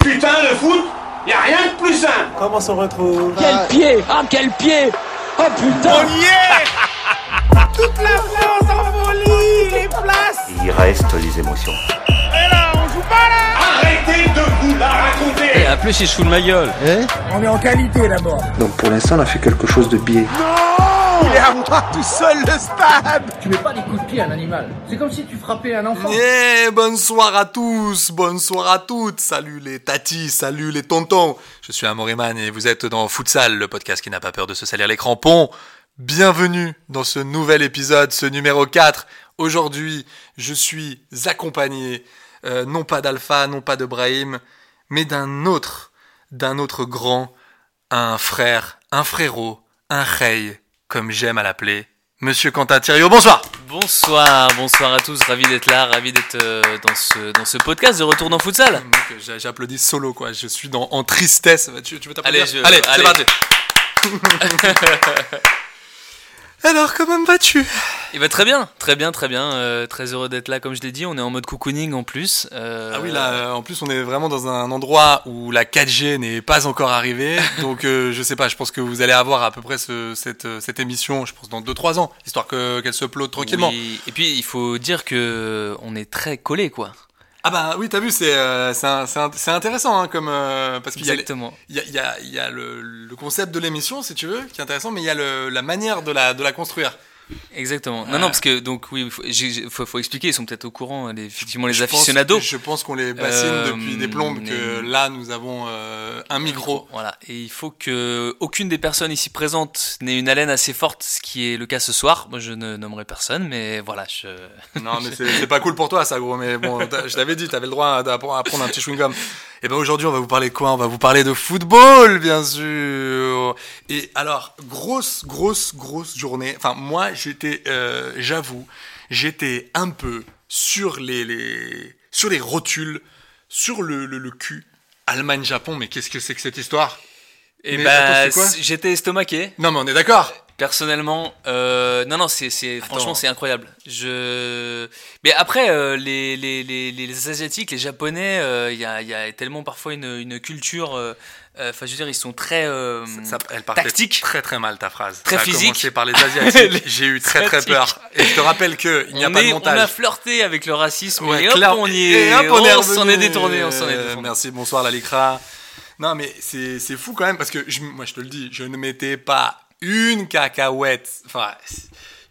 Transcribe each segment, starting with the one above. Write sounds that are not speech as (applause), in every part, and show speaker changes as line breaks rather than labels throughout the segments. Putain, le foot, y a rien de plus simple.
Comment s'en retrouve
Quel pied Ah, quel pied Oh putain
y est Toute la France en folie Les places
Il reste les émotions.
Et là, on joue pas là
Arrêtez de vous la raconter.
En plus, il se fout de ma gueule.
On est en qualité d'abord
Donc pour l'instant, on a fait quelque chose de biais.
Il est à moi tout seul le stade
Tu mets pas des coups de pied à un animal. C'est comme si tu frappais un enfant.
Eh, bonsoir à tous, bonsoir à toutes, salut les tatis, salut les tontons. Je suis un Moriman et vous êtes dans Futsal, le podcast qui n'a pas peur de se salir les crampons. Bienvenue dans ce nouvel épisode, ce numéro 4. Aujourd'hui, je suis accompagné, euh, non pas d'Alpha, non pas de Brahim, mais d'un autre, d'un autre grand, un frère, un frérot, un rey, comme j'aime à l'appeler, Monsieur Quentin Thiriot, bonsoir
Bonsoir, bonsoir à tous. Ravi d'être là, ravi d'être euh, dans, ce, dans ce podcast de Retour dans Futsal.
Donc, euh, j'a- J'applaudis solo, quoi. Je suis dans, en tristesse. Tu, tu veux t'applaudir
Allez, je-
allez, c'est
allez.
parti. (laughs) Alors, comment vas-tu
Il va très bien, très bien, très bien. euh, très heureux d'être là, comme je l'ai dit. On est en mode cocooning en plus. euh,
Ah oui, là, euh, en plus, on est vraiment dans un endroit où la 4G n'est pas encore (laughs) arrivée. Donc, euh, je sais pas, je pense que vous allez avoir à peu près ce- cette, euh, cette émission, je pense, dans 2-3 ans, histoire que- qu'elle se plode tranquillement.
oui. Et puis, il faut dire que euh, on est très collés, quoi.
Ah bah oui, t'as vu, c'est euh, c'est un- c'est un- c'est intéressant, hein, comme, euh, parce qu'il y a, les-
Exactement.
Il y a, il y a- il y a le, le concept de l'émission, si tu veux, qui est intéressant, mais il y a le- la manière de la, de la construire.
Exactement.
Ouais.
Non, non, parce que, donc, oui, il faut, j'ai- j'ai- faut- faut expliquer. Ils sont peut-être au courant, les- effectivement, les
Je pense-
aficionados.
je pense qu'on les bassine
Euh,
depuis des plombes que
mais-
là, nous avons euh, un
(laughs)
micro.
Voilà, et il faut que aucune des personnes ici présentes n'ait une haleine assez forte, ce qui est le cas ce soir. Moi, je ne nommerai personne, mais voilà, je...
Non, mais c'est c'est pas cool pour toi, ça, gros. Mais bon, t'as- je l'avais dit, t'avais le droit à, à prendre un petit chewing-gum. Et ben aujourd'hui, on va vous parler de quoi On va vous parler de football, bien sûr. Et alors, grosse, grosse, grosse journée. Enfin, moi, j'étais, euh, j'avoue, j'étais un peu sur les, les- sur les rotules, sur le, le, le cul. Allemagne-Japon, mais qu'est-ce que c'est que cette histoire
Et
Mais
bah,
attends, c'est quoi
c- j'étais estomaqué.
Non, mais on est d'accord.
Personnellement, euh, non, non, c'est, c'est franchement, c'est incroyable. Je, mais après, euh, les, les, les, les asiatiques, les japonais, euh, il y, a, il y a tellement parfois une, une culture. euh, euh, Enfin, je veux dire, ils sont très. euh,
Ça- elle partait
Tactique.
très très mal ta phrase.
Très
Ça a
physique.
commencé par
(laughs)
les Asiatiques. J'ai eu très très
Asiatiques.
peur. Et je te rappelle que il n'y a
on
pas
est-
de
On a
montage.
flirté avec le racisme
Ouais,
et hop,
clair.
on y est. Oh,
Et hop, on est
s'en
revenu.
est détourné, on s'en est
Euh,
détourné.
Merci, bonsoir la Licra. Non mais c'est c'est fou quand même parce que je- moi je te le dis, je ne mettais pas une cacahuète. Enfin,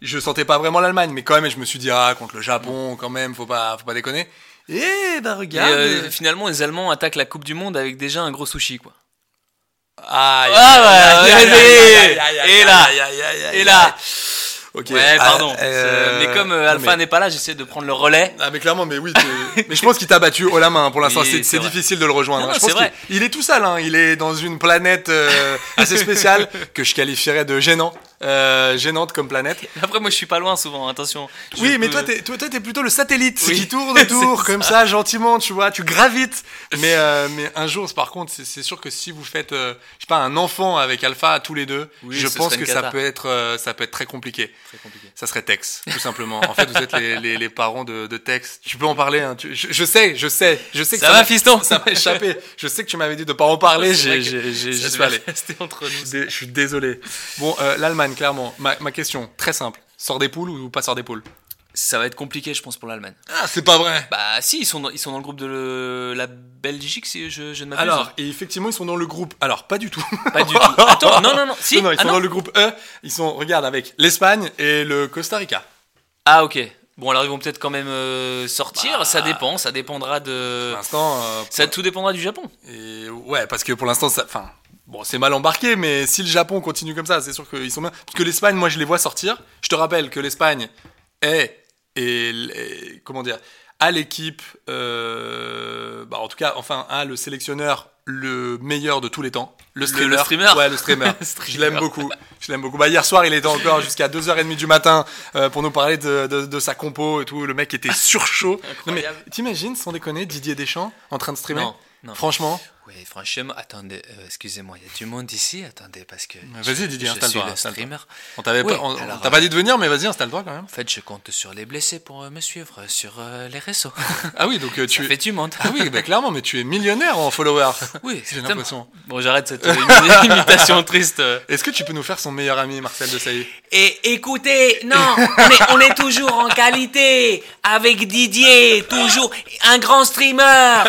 je sentais pas vraiment l'Allemagne, mais quand même je me suis dit ah contre le Japon quand même, faut pas faut pas déconner. Et bah
Et
regarde.
euh, finalement, les Allemands attaquent la Coupe du Monde avec déjà un gros sushi, quoi.
Ah,
Ah, ouais, ouais, ouais, et là, et là.
Euh, Ok.
Ouais,
ah,
pardon.
euh,
C'est- mais comme euh,
non,
Alpha
mais-
n'est pas là, j'essaie de prendre le relais.
Ah mais clairement mais oui
(laughs)
t'es- mais je pense qu'il t'a battu haut la main pour l'instant
Oui,
c'est,
c'est
c'est
vrai.
difficile de le rejoindre Je
Non, non, c'est
pense
vrai.
qu'il- il est tout seul hein. il est dans une planète euh, assez
(laughs)
spéciale que je qualifierais de gênant Euh, gênante comme planète
(laughs) Après, moi, je suis pas loin souvent, attention. Je
oui
peux-
mais toi t'es, toi toi, t'es plutôt le satellite
Oui.
qui
(laughs)
tourne autour
C'est
comme ça. gentiment tu vois tu gravites mais euh, mais un jour par contre c'est, c'est sûr que si vous faites euh, je sais pas un enfant avec Alpha tous les deux
Oui,
je
ce
pense
serait
que
une
ça
cata.
peut être euh, ça peut être très compliqué
Très compliqué.
ça serait Tex, tout simplement. En fait, vous êtes les, les, les parents de, de Tex. Tu peux en parler. Hein. Tu- je, je sais, je sais, je sais que
Ça
ça
va,
m'a- (laughs)
fiston
ça m'a
(laughs)
échappé. Je sais que tu m'avais dit de pas en parler.
C'est vrai
J'ai,
que
j'ai, j'ai, j'y
Ça
suis
devait
allé.
rester entre
Je suis
nous.
dé- Je suis désolé. Bon, euh, l'Allemagne, clairement. Ma, ma question, très simple. Sort des poules ou pas sort des poules
Ça va être compliqué, je pense, pour l'Allemagne.
Ah, c'est pas vrai.
Bah, si, ils sont dans, ils sont dans le groupe de le- la Belgique, si je, je ne m'abuse.
Alors, et effectivement, ils sont dans le groupe. Alors, pas du tout.
Ah
(laughs)
pas du tout. Attends, non, non, non. Si,
non, ils
ah,
sont
non.
dans le groupe E. Ils sont, regarde, avec l'Espagne et le Costa Rica.
Ah, ok. Bon, alors ils vont peut-être quand même euh, sortir.
Bah.
Ça dépend, ça dépendra de.
Pour l'instant, euh,
Ça tout dépendra du Japon.
Et ouais, parce que pour l'instant, ça. Enfin, bon, c'est mal embarqué, mais si le Japon continue comme ça, c'est sûr qu'ils sont bien. Parce que l'Espagne, moi, je les vois sortir. Je te rappelle que l'Espagne est. Et, et- comment dire À l'équipe. euh, bah, en tout cas, enfin, à le sélectionneur le meilleur de tous les temps. Le streamer.
le streamer
Ouais, le
(laughs)
streamer. Je l'aime beaucoup. Je l'aime beaucoup. Bah, hier soir, il était encore jusqu'à 2h30 du matin euh, pour nous parler de, de- de sa compo et tout. Le mec était sur chaud. Non, mais
Incroyable.
t'imagines, sans déconner, Didier Deschamps en train de streamer
Non, non.
Franchement,
Oui, franchement, attendez, euh, excusez-moi, il y a du monde ici, attendez, parce que.
Mais
je-
vas-y, Didier,
je
installe-toi,
suis le
installe-toi.
streamer.
On t'avait
Oui,
pas, on- on
alors,
t'a pas
euh,
dit de venir, mais vas-y, installe-toi quand même.
En fait, je compte sur les blessés pour euh, me suivre euh, sur euh, les réseaux.
Ah oui, donc euh,
Tu
tu
ça
es.
fait du monde.
Ah oui, bah, clairement, mais tu es millionnaire en followers. (laughs)
Oui,
j'ai
exactement.
l'impression.
Bon, j'arrête cette euh, imi- imitation triste.
Est-ce que tu peux nous faire son meilleur ami, Marcel de Sailly
Et écoutez, non, on est, on est toujours en qualité avec Didier, toujours un grand streamer.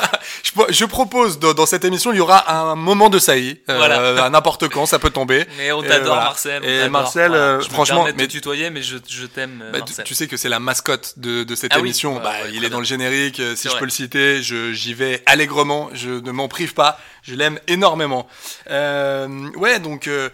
je, pro- je propose, dans, dans cette émission, il y aura un moment de Sailly. euh, (laughs)
Voilà.
à n'importe quand, ça peut tomber.
Mais on
Et
t'adore,
voilà.
Marcel. on
Et
t'adore.
Marcel,
Voilà.
euh,
Je me
franchement,
permets de
mais
te tutoyer, mais je, je t'aime, euh,
Bah, tu,
Marcel.
tu sais que c'est la mascotte de, de cette
Ah oui,
émission.
ouais,
Bah,
ouais, très
il est
bien.
dans le générique. euh, Si
C'est
je
vrai.
peux le citer, je- j'y vais allègrement. Je ne m'en prive pas. Je l'aime énormément. Euh, ouais, donc euh,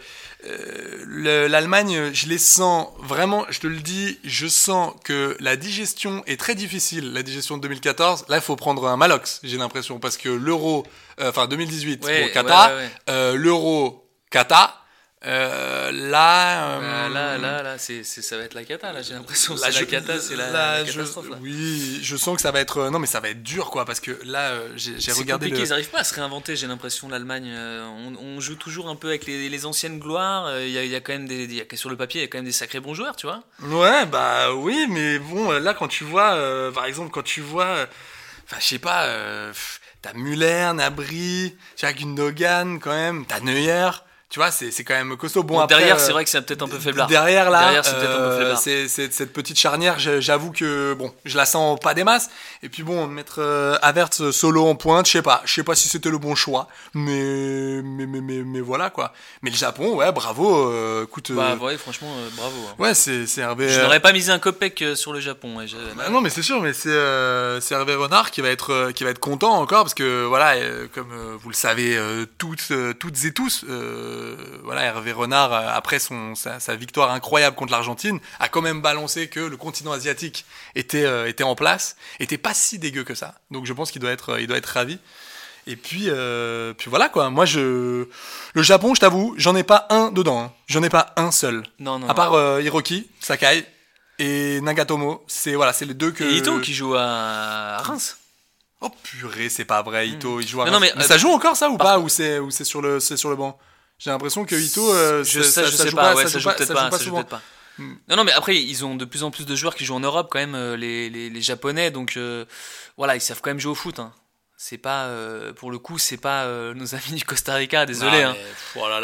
euh, le- l'Allemagne, euh, je les sens vraiment. Je te le dis, je sens que la digestion est très difficile. La digestion de 2014. Là, il faut prendre un Malox. J'ai l'impression parce que l'euro, euh, enfin 2018
Ouais,
pour Qatar,
ouais, ouais, ouais.
euh, l'euro Qatar. euh, là,
Euh,
euh,
là, là, là, c'est, c'est- ça va être la cata, là, j'ai l'impression.
Là,
c'est
je-
la cata, c'est la,
là,
la
je-
catastrophe, là.
Oui, je sens que ça va être. euh, Non, mais ça va être dur, quoi, parce que là, euh, j'ai j'ai
C'est
regardé.
compliqué,
le-
ils n'arrivent pas à se réinventer, j'ai l'impression, l'Allemagne. euh, on, on joue toujours un peu avec les, les anciennes gloires. euh, Il y, a, il y a quand même des. il y a- sur le papier, il y a quand même des sacrés bons joueurs, tu vois.
Ouais, bah oui, mais bon, euh, là, quand tu vois, euh, par exemple, quand tu vois. euh, Enfin, je sais pas, euh, pff, t'as Muller, Nabri, t'as Gundogan, quand même, t'as Neuer. Tu vois, c'est c'est quand même costaud. Bon,
Donc
après,
derrière,
euh,
c'est vrai que c'est peut-être un peu faiblard.
Derrière là,
Derrière, c'est peut-être un peu
euh,
faiblard.
c'est- c'est- cette petite charnière, je- j'avoue que bon, je la sens pas des masses. Et puis bon, mettre euh, Havertz solo en pointe, je sais pas, je sais pas si c'était le bon choix, mais mais mais mais, mais voilà quoi. Mais le Japon, ouais, bravo, euh, écoute, euh,
Bah, ouais, franchement, euh, bravo. hein.
ouais, c'est c'est Hervé.
Je
euh,
n'aurais pas misé un copec euh, sur le Japon. ouais, je-
bah non mais c'est sûr mais c'est euh, c'est Hervé Renard qui va être euh, qui va être content encore parce que voilà euh, comme euh, vous le savez euh, toutes euh, toutes et tous euh, voilà Hervé Renard euh, après son sa, sa victoire incroyable contre l'Argentine a quand même balancé que le continent asiatique était euh, était en place était pas si dégueu que ça donc je pense qu'il doit être euh, il doit être ravi et puis euh, puis voilà quoi moi je le Japon je t'avoue j'en ai pas un dedans hein. j'en ai pas un seul
Non, non.
à part euh, Hiroki Sakai et Nagatomo, c'est voilà, c'est les deux que.
Et Ito qui joue à, à Reims.
Oh purée, c'est pas vrai, Ito, il joue. à
Non,
Reims.
non, mais,
ça
euh,
joue encore ça ou
par-
pas ou c'est ou c'est sur le c'est sur le banc. J'ai l'impression que Ito, euh,
je,
c'est-
ça, je sais
joue
pas, ouais, ça
joue
joue peut-être
ça
pas,
joue Hmm.
ça joue peut-être pas. Non, non, mais après, ils ont de plus en plus de joueurs qui jouent en Europe, quand même, euh, les, les, les Japonais, donc euh, voilà, ils savent quand même jouer au foot. hein. C'est pas, euh, pour le coup, c'est pas euh, nos (laughs) amis du Costa Rica, désolé. hein.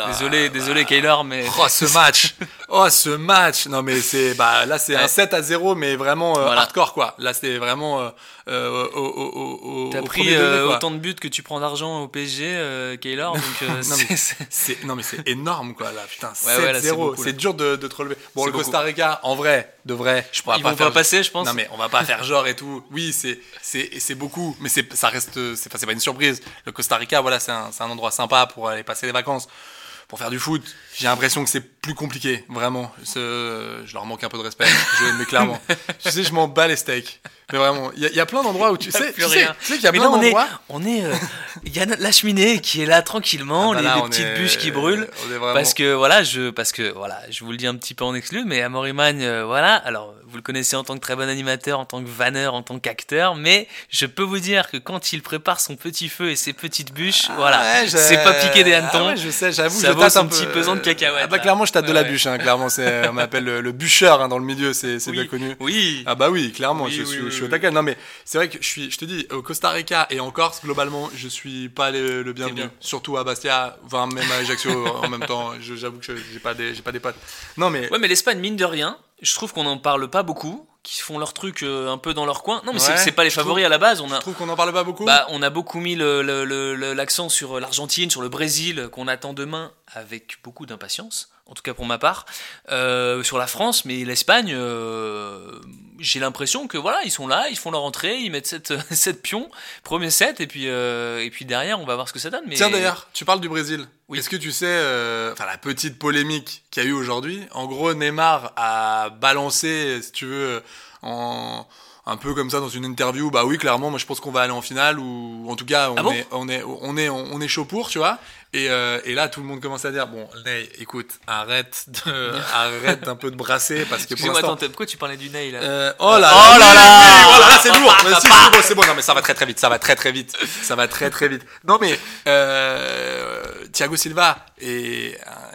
Désolé, désolé, Kaylor, mais.
(laughs) Oh ce match, oh ce match. Non mais c'est bah là c'est un
Ouais.
7 à 0 mais vraiment euh,
Voilà.
hardcore quoi. Là c'est vraiment euh, euh, au au au au-
T'as
au
pris
premier degré,
euh,
quoi.
autant de buts que tu prends d'argent au PSG, euh, Kaylor, donc
(laughs)
euh, c'est-
mais-
c'est-
C'est- non mais c'est énorme quoi là putain
Ouais, ouais, là, c'est
7-0
beaucoup, là.
c'est dur de, de te relever bon
C'est
le
beaucoup.
Costa Rica en vrai de vrai je pourrais
Ils
pas
vont
faire
pas passer, je pense.
non mais on va pas faire genre et tout oui c'est c'est c'est beaucoup mais c'est ça reste c'est enfin, c'est pas une surprise le Costa Rica voilà c'est un c'est un endroit sympa pour aller passer les vacances pour faire du foot j'ai l'impression que c'est plus compliqué vraiment Ce- je leur manque un peu de respect je mais
(laughs)
clairement tu sais je m'en bats les steaks mais vraiment il y, a- il y a plein d'endroits où tu
T'as
sais tu
plus
sais
rien.
tu sais qu'il y a
Mais
plein
là, on est,
d'endroits
on est, euh, il y a la cheminée qui est là tranquillement,
Ah bah
les-
là,
les,
on
petites
est-
bûches qui brûlent.
on est vraiment-
Parce que voilà, je, parce que voilà, je vous le dis un petit peu en exclu, mais Amoriman, euh, voilà. Alors, vous le connaissez en tant que très bon animateur, en tant que vanneur, en tant qu'acteur, mais je peux vous dire que quand il prépare son petit feu et ses petites bûches, voilà,
Ah Ouais, je-
c'est pas piqué des hannetons.
Ah ouais, je sais, j'avoue,
Ça
je
vaut
tâte
son
un peu.
petit pesant de cacahuètes,
Ah bah
là.
clairement, je tâte de
Ouais,
la
ouais.
bûche. Hein, clairement,
(laughs)
c'est on m'appelle le, le bûcheur hein, dans le milieu, c'est c'est
Oui,
bien connu.
Oui.
Ah bah oui, clairement,
Oui,
je,
oui,
suis,
oui,
je suis au
oui.
taquet. Non mais c'est vrai que je suis, je te dis, au Costa Rica et en Corse, globalement, je suis pas le, le bienvenu.
bien.
Surtout à Bastia, voire même à Ajaccio en même temps. Je- J'avoue que je- j'ai pas des, j'ai pas des potes. Non mais
Ouais, mais l'Espagne, mine de rien, je trouve qu'on n'en parle pas beaucoup, qui font leur truc euh, un peu dans leur coin. Non, mais c'est-
Ouais,
c'est pas les
je trouve-
favoris à la base. On a,
je trouve qu'on en parle pas beaucoup.
Bah, on a beaucoup mis le- le- le- le- l'accent sur l'Argentine, sur le Brésil, euh, qu'on attend demain avec beaucoup d'impatience, en tout cas pour ma part, Euh, sur la France, mais l'Espagne, euh, j'ai l'impression que voilà, ils sont là, ils font leur entrée, ils mettent (laughs) 7 sept, sept pions, premier set, et puis, euh, et puis derrière, on va voir ce que ça donne. Mais...
Tiens d'ailleurs, tu parles du Brésil.
Oui.
Est-ce que tu sais, euh, enfin la petite polémique qu'il y a eu aujourd'hui, en gros Neymar a balancé, si tu veux, en, un peu comme ça dans une interview, bah oui, clairement, moi je pense qu'on va aller en finale ou en tout cas on,
Ah bon
est, on est on est on est chaud pour, tu vois. Et, euh, et là tout le monde commence à dire bon, Ney, écoute, arrête de, (laughs) arrête un peu de brasser parce que pour
Excuse-moi,
l'instant
attends, t'as- pourquoi tu parlais du nail là
euh, oh là
Oh
oui,
là
oui,
là.
oui, voilà, là, c'est lourd. Mais si, c'est bon, c'est bon. Non, mais ça va très très vite. Ça va très très vite. Ça va très très vite. Non, mais euh, Thiago Silva est,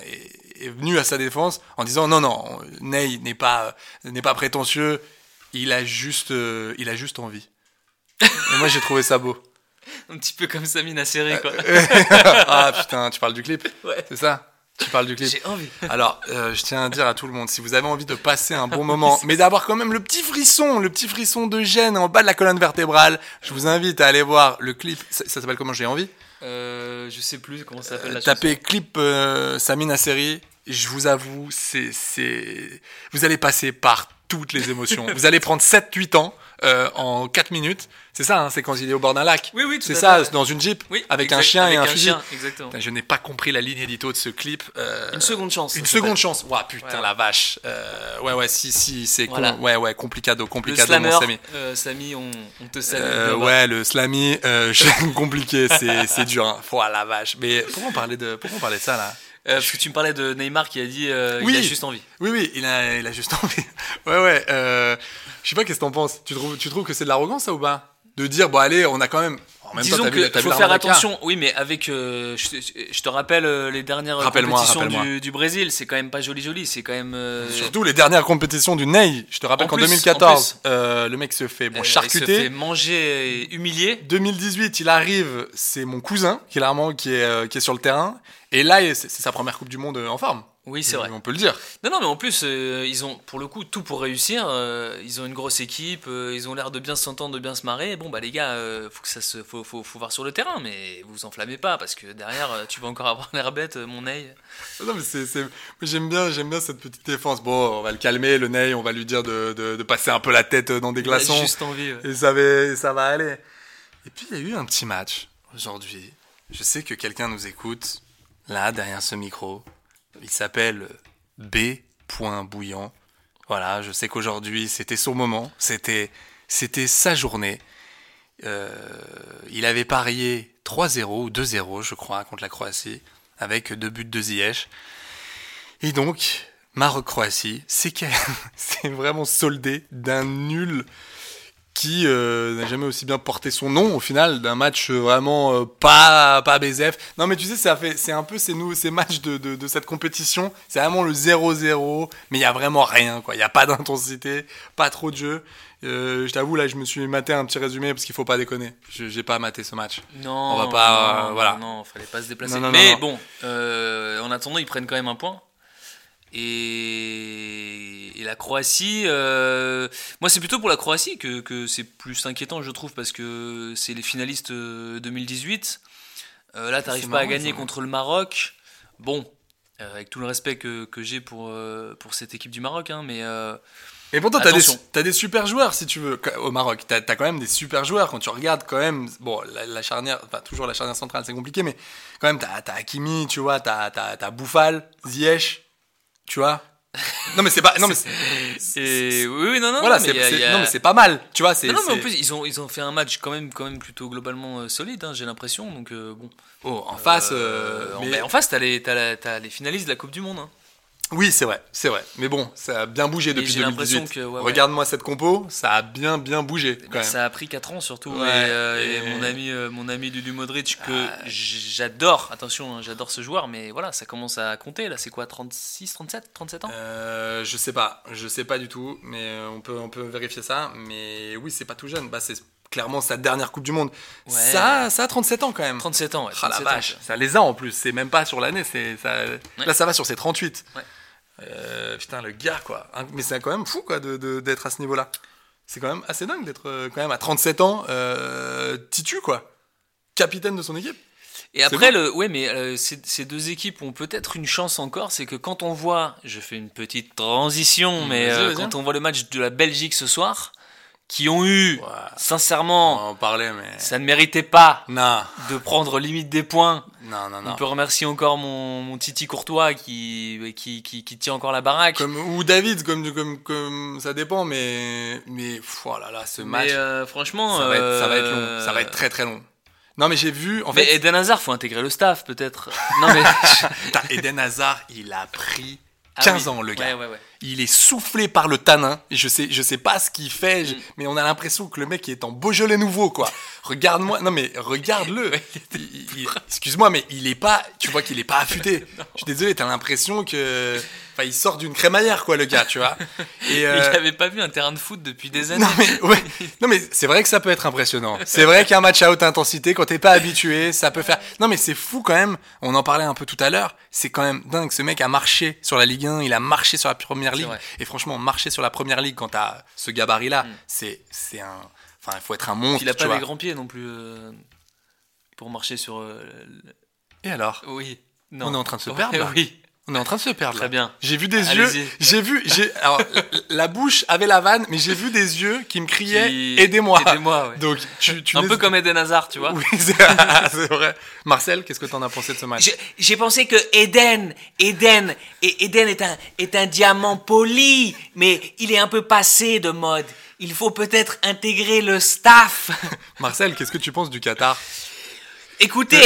est, est venu à sa défense en disant non non, Ney n'est pas n'est pas prétentieux. Il a juste euh, il a juste envie. Et moi j'ai trouvé ça beau. (laughs)
Un petit peu comme Samina
euh,
Serré quoi.
ah putain, tu parles du clip.
Ouais.
C'est ça. Tu parles du clip.
J'ai envie.
Alors, euh, je tiens à dire à tout le monde, si vous avez envie de passer
(laughs)
un bon moment, mais d'avoir quand même le petit frisson, le petit frisson de gêne en bas de la colonne vertébrale, je vous invite à aller voir le clip. Ça, ça s'appelle comment j'ai envie
Euh, je sais plus comment ça s'appelle
Euh,
la
Tapez clip euh, Samina série. Je vous avoue, c'est, c'est, vous allez passer par toutes les
(laughs)
émotions. vous allez prendre 7-8 ans euh, en 4 minutes. C'est ça, hein, c'est quand il est au bord d'un lac.
Oui, oui, tout
C'est
à
ça,
fait.
dans une jeep,
Oui,
avec un
exact-
chien et
avec
un,
un
fusil.
chien, exactement.
Putain, Je n'ai pas compris la ligne édito de ce clip. euh,
Une seconde chance.
une
ça
seconde
s'appelle.
chance. Ouah, putain,
Ouais.
la vache. Euh, ouais, ouais, si, si, c'est con.
Voilà.
Ouais, ouais, complicado,
Le
complicado, mon
slammer,
Samy.
euh, Samy, on, on te salue.
Euh,
Global.
ouais, le slammy, euh, (laughs) je- compliqué, c'est c'est dur. Hein. Ouah, la vache. Mais pourquoi on parlait de, pourquoi on parlait de ça, là
Euh, parce que tu me parlais de Neymar qui a dit euh, il a
Oui.
juste envie.
Oui, oui, il a, il a juste envie. (laughs) Ouais, ouais. Euh, je sais pas, qu'est-ce que t'en penses tu trouves, tu trouves que c'est de l'arrogance, ça, ou pas De dire, bon, allez, on a quand même. En même temps,
Disons
t'as vu,
que
t'as vu hein.
faut
la
faire
Remarca.
attention. Oui, mais avec, euh, je, te- je te rappelle euh, les dernières
Rappelle-moi,
compétitions
rappelle-moi.
du, du Brésil. C'est quand même pas joli, joli. C'est quand même. euh,
Surtout les dernières compétitions du Ney. Je te rappelle
En
qu'en
plus, en
2014, euh, le mec se fait
euh,
bon,
Il se
charcuter.
fait manger et humilier.
2018, il arrive, c'est mon cousin, clairement, qui est, euh, qui est sur le terrain. Et là, c'est c'est sa première Coupe du Monde euh, en forme.
Oui, c'est vrai.
On peut le dire.
Non, non, mais en plus, euh, ils ont pour le coup tout pour réussir. euh, ils ont une grosse équipe, euh, ils ont l'air de bien s'entendre, de bien se marrer. Bon, bah les gars, euh, faut que ça se, faut, faut, faut voir sur le terrain, mais vous vous enflammez pas parce que derrière, euh, tu vas encore avoir l'air bête, euh, mon œil.
Non, mais c'est- c'est- moi, J'aime bien, j'aime bien cette petite défense. Bon, on va le calmer, le Ney, on va lui dire de, de- de passer un peu la tête euh, dans des
Il a
glaçons.
Juste envie. ouais.
Et ça va, ça va aller. Et puis, il y a eu un petit match aujourd'hui. Je sais que quelqu'un nous écoute, là, derrière ce micro. Il s'appelle B. Bouillant. Voilà, je sais qu'aujourd'hui, c'était son moment. C'était, c'était sa journée. Euh, il avait parié 3-0 ou 2-0, je crois, contre la Croatie, avec deux buts de Ziyech. Et donc, Maroc-Croatie, c'est quel- (laughs) c'est vraiment soldé d'un nul qui euh, n'a jamais aussi bien porté son nom au final d'un match euh, vraiment euh, pas pas BZF. Non mais tu sais ça fait c'est un peu ces nous ces matchs de, de, de cette compétition, c'est vraiment le 0-0 mais il y a vraiment rien quoi, il y a pas d'intensité, pas trop de jeu. Euh, je t'avoue là, je me suis maté un petit résumé parce qu'il faut pas déconner. Je- J'ai pas maté ce match.
Non,
On va pas,
non,
euh,
non,
voilà.
Non, fallait pas se déplacer.
Non, non, non,
mais
non.
bon, euh, en attendant, ils prennent quand même un point. Et, et la Croatie, euh, moi c'est plutôt pour la Croatie que, que c'est plus inquiétant, je trouve, parce que c'est les finalistes euh, 2018. Euh, là, t'arrives
C'est
pas à
marrant,
gagner
ça.
contre le Maroc. Bon, euh, avec tout le respect que, que j'ai pour, euh, pour cette équipe du Maroc, hein, mais euh,
Et pourtant, t'as des,
Attention.
t'as des super joueurs, si tu veux, qu- au Maroc. T'as as quand même des super joueurs. Quand tu regardes, quand même, bon, la, la charnière, enfin, toujours la charnière centrale, c'est compliqué, mais quand même, t'as as Hakimi, tu vois, t'as as, Boufal, Ziyech, tu vois. Non, mais c'est pas. Non, mais c'est-
(laughs) et, oui, oui, non, non,
voilà,
non, mais
c'est
il y a- il y
c'est-
a-
non, mais c'est pas mal, tu vois. c'est-
Non, non, mais en
c'est-
plus, ils ont, ils ont fait un match quand même, quand même plutôt globalement euh, solide, hein, j'ai l'impression. Donc, euh, bon.
Oh, en face.
Euh,
euh,
en-
mais-
bah, en face, t'as les, t'as la- t'as les finalistes de la Coupe du Monde. hein.
Oui, c'est vrai, c'est vrai. Mais bon, ça a bien bougé
Mais
depuis
j'ai l'impression
2018.
que, ouais, ouais.
Regarde-moi cette compo, ça a bien, bien bougé. Quand même.
Ça a pris 4 ans surtout.
Ouais,
et, euh, et
et- Ah.
mon ami, euh, mon ami Dudu Modric, que j- j'adore, attention, hein, j'adore ce joueur, mais voilà, ça commence à compter. Là, c'est quoi, 36, 37, 37 ans
Euh, je sais pas, je sais pas du tout, mais euh, on peut, on peut vérifier ça. Mais oui, c'est pas tout jeune. Bah, c'est clairement sa dernière Coupe du Monde.
Ouais.
Ça, ça a 37 ans quand même.
37 ans, ouais.
Ah la
37 ans,
vache, ça les a en plus. C'est même pas sur l'année. C'est ça... là, ça va sur ses 38.
Ouais.
Euh, putain, le gars quoi. Hein, Mais c'est quand même fou quoi de- de- d'être à ce niveau-là. C'est quand même assez dingue d'être euh, quand même à 37 ans euh, titu quoi, capitaine de son équipe.
Et après, le, ouais, mais euh, ces, ces deux équipes ont peut-être une chance encore, c'est que quand on voit, je fais une petite transition, mais
Mm, vas-y,
euh,
vas-y.
quand on voit le match de la Belgique ce soir, qui ont eu,
Ouais.
sincèrement,
en parlait mais.
ça ne méritait pas
Non.
de prendre limite des points
Non, Ah non,
On
non.
peut remercier encore mon, mon Titi Courtois qui, qui, qui, qui tient encore la baraque.
Comme, ou David, comme, comme, comme ça dépend, mais, mais pff, oh là là, ce match,
mais euh, franchement,
ça, va être, ça va être
euh,
long. Ça va être très très long. Non, mais j'ai vu, en
mais
fait,
Eden Hazard, faut intégrer le
(laughs)
staff peut-être. non mais
putain, Eden Hazard, il a pris
Ah
15
oui.
ans, le gars.
Ouais, ouais, ouais.
Il est soufflé par le tanin. Et Je sais, je sais pas ce qu'il fait,
Mm.
je- mais on a l'impression que le mec il est en Beaujolais nouveau, quoi.
(laughs)
Regarde-moi, non mais regarde-le. Il- il- Excuse-moi, mais il est pas, tu vois qu'il est pas
(laughs)
affûté. Je suis désolé, t'as l'impression que, enfin, il sort d'une crémaillère, quoi, le gars, tu
(laughs)
vois. Et
Mais
euh,
Il n'avait pas vu un terrain de foot depuis des années.
non mais, ouais. non mais c'est vrai que ça peut être impressionnant. C'est vrai qu'un match à haute intensité, quand t'es pas habitué, ça peut faire. Non mais c'est fou quand même. On en parlait un peu tout à l'heure. C'est quand même dingue. Ce mec a marché sur la Ligue 1, il a marché sur la Première Ligue.
vrai.
Et franchement, marcher sur la Première Ligue quand t'as ce gabarit-là, c'est c'est un. Enfin, il faut être un (laughs) monstre.
il a
tu
pas
vois.
les grands pieds non plus euh, pour marcher sur. euh, le-
Et alors
Oui. Non.
On est en train de se
Ouais,
perdre, là.
Oui.
On est en train de se perdre.
Très
là.
bien.
J'ai vu des
Allez-y.
yeux. J'ai vu. J'ai. Alors,
(laughs)
la- la bouche avait la vanne, mais j'ai vu des yeux qui me criaient
Qui-
aidez-moi.
Aidez-moi, ouais.
Donc, tu, tu
un
n'es-
peu comme Eden Hazard, tu vois.
Oui, c'est
(laughs)
c'est vrai. Marcel, qu'est-ce que t'en as pensé de ce match
J'ai pensé que Eden, Eden, Eden est un, est un diamant poli, mais il est un peu passé de mode. Il faut peut-être intégrer le staff.
(laughs) Marcel, qu'est-ce que tu penses du Qatar
Écoutez,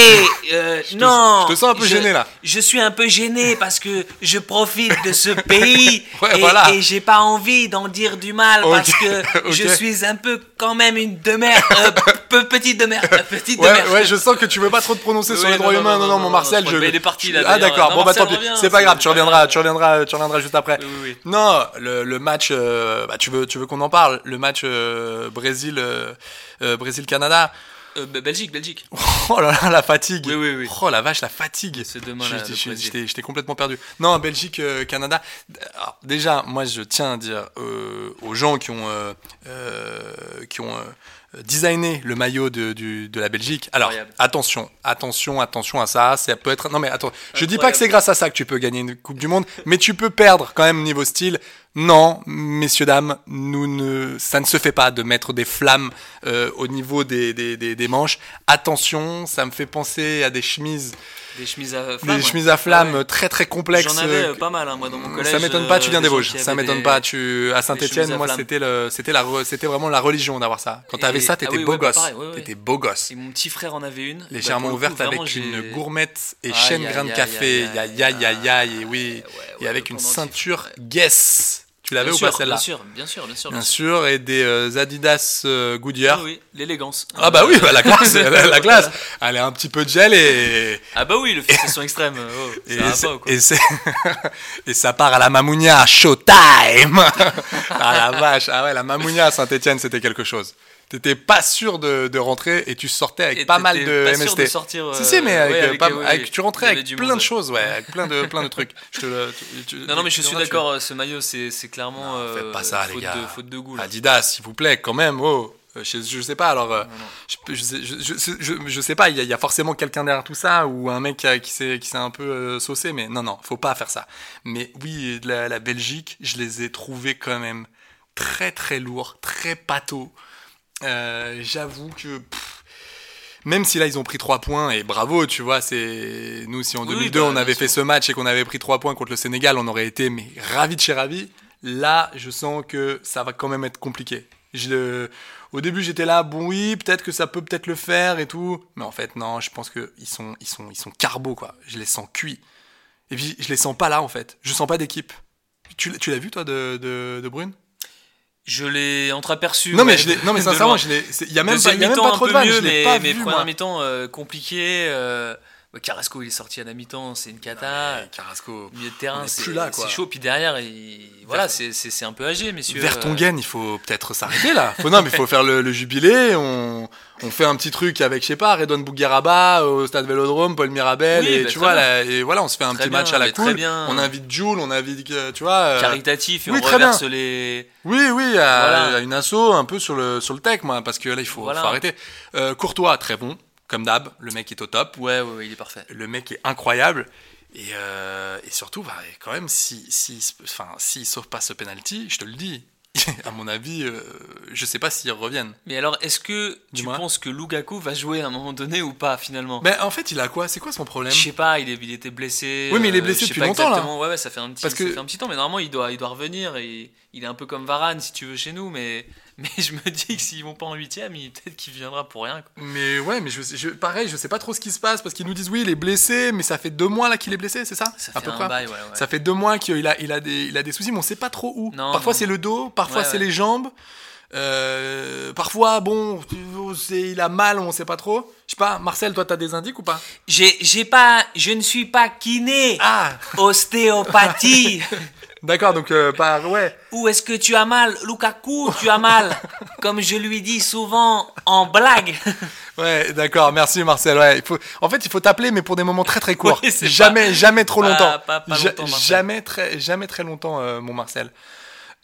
euh, non.
je te sens un peu gêné, là.
Je suis un peu gêné parce que je profite de ce pays
(laughs) Ouais,
et,
voilà.
et j'ai pas envie d'en dire du mal
Ok,
parce que je
(laughs) ok.
suis un peu quand même une demeure,
(laughs)
euh, p- petite demeure, (laughs) euh, petite
Ouais,
demeure.
ouais, je sens que tu veux pas trop te prononcer sur les
Oui, non,
droits
non,
humains.
non,
Non, non,
non,
mon
non,
Marcel,
non,
je.
il est parti, là,
Ah,
d'ailleurs.
d'accord.
Non,
Bon, bah
Marcel
tant pis.
revient,
C'est pas
c'est-
grave. Tu
c'est pas
reviendras,
grave.
tu reviendras, tu reviendras juste après.
Oui, oui, oui.
Non, le, le match. euh, bah, tu veux, tu veux qu'on en parle Le match euh, Brésil, euh, euh, Brésil Canada.
Euh, Be- Belgique, Belgique.
(laughs) Oh là là, la fatigue.
Oui, oui, oui.
Oh la vache, la fatigue.
C'est demain,
Je-
là,
je-
le
je-
Brésil.
J'étais j'étais complètement perdu. Non, Belgique, euh, Canada. Alors, déjà, moi, je tiens à dire euh, aux gens qui ont, euh, euh, qui ont euh, designé le maillot de, du- de la Belgique. Alors,
Incroyable.
attention, attention, attention à ça. Ça peut être. Non, mais attends. Je dis pas que c'est grâce à ça que tu peux gagner une Coupe du Monde, mais tu peux perdre quand même niveau style. Non, messieurs dames, nous ne, ça ne se fait pas de mettre des flammes euh, au niveau des, des, des, des manches. Attention, ça me fait penser à des chemises,
Des chemises à
des chemises à flammes très très complexes.
Ah J'en avais
euh,
euh, pas mal, hein, moi, dans mon collège.
ça m'étonne pas, tu
euh,
viens des
gens
Vosges.
qui
Ça
avaient
m'étonne
des-
pas, tu à
chemises
Saint-Étienne,
à
moi
flammes.
c'était le c'était la re- c'était vraiment la religion d'avoir ça. Quand
Et-
t'avais ça,
ah
t'étais
oui,
beau
ouais, bah,
gosse.
pareil, ouais, ouais.
T'étais beau gosse.
Et mon petit frère en avait une. Bah,
Légèrement ouverte avec une
gourmande
gourmette et
Aïe,
chaîne
aïe,
grain de
aïe,
café.
aïe,
Ya
aïe,
ya ya ya et
ouais,
oui. Et
ouais,
avec
le
une
pendentif,
ceinture
ouais.
Guess. Tu l'avais ou
sûr,
pas celle-là
Bien sûr, bien sûr, bien sûr.
Bien
bien sûr.
sûr et des euh, Adidas euh, Goodyear.
Ah oui, l'élégance.
Ah bah oui, bah, la
(laughs)
classe, (laughs) la, la classe.
Voilà.
Elle est un petit peu de gel et
Ah bah oui, le fixation extrême. oh, ça
et
va
c'est-
pas, quoi.
et c'est- (laughs) et ça part à la Mamounia, showtime. (laughs) ah la vache, ah ouais, la Mamounia à Saint-Étienne, c'était quelque chose. T'étais pas sûr de, de rentrer et tu sortais avec
Et
pas mal
t'étais
de
pas sûr
MST.
de sortir,
si
euh,
si, mais avec,
ouais,
euh,
avec,
pas-
euh, oui,
avec-
oui,
tu rentrais
il y avait
avec
du
plein
monde.
de choses, ouais, avec plein de plein de trucs. Je te le- tu- tu-
Non, non, mais je
tu-
suis
tu-
d'accord, euh, ce maillot, c'est c'est clairement.
faites
euh,
pas ça, les
faute
gars.
de- Faute de goût. là.
Adidas, s'il vous plaît, quand même. Oh. Euh, Je, je sais pas, alors. euh, Je, je, sais- je- je- je- je sais pas, il y, a- il y a forcément quelqu'un derrière tout ça ou un mec euh, qui s'est qui s'est un peu euh, saucé, mais non, non, faut pas faire ça. Mais oui, la, la Belgique, je les ai trouvés quand même très très lourds, très pâteaux. Euh, J'avoue que. pff, même si là ils ont pris 3 points et bravo, tu vois, c'est nous si en
Oui,
2002
bah,
on avait
bien
fait
sûr.
ce match et qu'on avait pris 3 points contre le Sénégal, on aurait été mais ravi de chez ravi. Là, je sens que ça va quand même être compliqué. Je le- Au début, j'étais là, bon oui, peut-être que ça peut peut-être le faire et tout, mais en fait non, je pense que ils sont ils sont ils sont carbo quoi. Je les sens cuits. Et puis je les sens pas là en fait. Je sens pas d'équipe. Tu, l'as- tu l'as vu toi de de, de Brune
Je l'ai entreaperçu.
Non mais
ouais,
je l'ai- non mais
de
sincèrement,
loin.
je l'ai c'est- il y a même pas
Deuxième
il y a même
mi-temps
pas
un
trop de
peu
vannes,
mieux,
je l'ai
mais,
pas
mais
vu
première
moi.
mi-temps euh, compliqué. euh, bah, Carrasco, il est sorti à la mi-temps, c'est une cata.
Ouais, Carrasco.
Milieu de
on
terrain,
est
c'est
plus là, quoi.
c'est chaud. Puis derrière, il- voilà, c'est c'est- c'est un peu âgé, messieurs. Euh,
Vertonghen, il faut peut-être s'arrêter là. Faut, non, mais il faut faire le, le jubilé. On, on fait un petit truc avec, je sais pas, Redon Bougueraba au stade Vélodrome, Paul Mirabel.
Oui,
et
bah,
tu
très
vois,
bien.
là, et voilà, on se fait un
Très
petit
bien,
match à la
mais très
cool.
bien.
On invite Jules, on invite, euh, tu vois. euh,
caritatif et
oui,
on
très
reverse les.
oui, oui, à,
Voilà.
à une asso un peu sur le, sur le tech, moi, parce que là, il faut,
Voilà.
faut arrêter. Euh, Courtois, très bon, comme d'hab. Le mec est au top.
Ouais, ouais, ouais, il est parfait.
Le mec est incroyable. Et, euh, et surtout, bah, quand même, si, si, enfin, s'il sauve pas ce penalty, je te le dis, (laughs) à mon avis, euh, je sais pas s'ils reviennent.
Mais alors, est-ce que tu
Dis-moi.
penses que Lukaku va jouer à un moment donné ou pas finalement
Mais en fait, il a quoi C'est quoi son problème
Je sais pas, il, est- il était blessé.
Oui, mais il est
euh,
blessé
je sais
depuis
pas
longtemps, là.
exactement. Ouais, ouais, ça fait un petit,
Parce
ça
que-
fait un petit temps, mais normalement il doit, il doit revenir. Et il est un peu comme Varane si tu veux chez nous, mais, (laughs) mais je me dis que s'ils vont pas en huitième, il- peut-être qu'il viendra pour rien. quoi.
Mais ouais, mais je, je- pareil, je sais pas trop ce qui se passe parce qu'ils nous disent oui, il est blessé, mais ça fait deux mois là qu'il est blessé, c'est ça
Ça
À
fait
peu
un
près.
bail, ouais, ouais.
Ça fait deux mois qu'il a, il a, des, il a des soucis, mais on sait pas trop où.
Non,
parfois
non,
c'est
non.
le dos, parfois
Ouais,
c'est
ouais.
les jambes, euh, parfois bon, tu- c'est- il a mal, on sait pas trop. Je sais pas, Marcel, toi t'as des indices ou pas
J'ai, j'ai pas, je ne suis pas kiné,
Ah, (laughs)
ostéopathie.
d'accord, donc euh, par- ouais.
Où est-ce que tu as mal, Lukaku Tu as mal, comme je lui dis souvent en blague.
Ouais, d'accord, merci Marcel. Ouais, il faut, en fait, il faut t'appeler, mais pour des moments très très courts.
(laughs) Oui, c'est
jamais, jamais trop
pas-
longtemps.
Ah, pas- pas
Ja-
longtemps, Marcel.
jamais très, jamais très longtemps, euh, mon Marcel.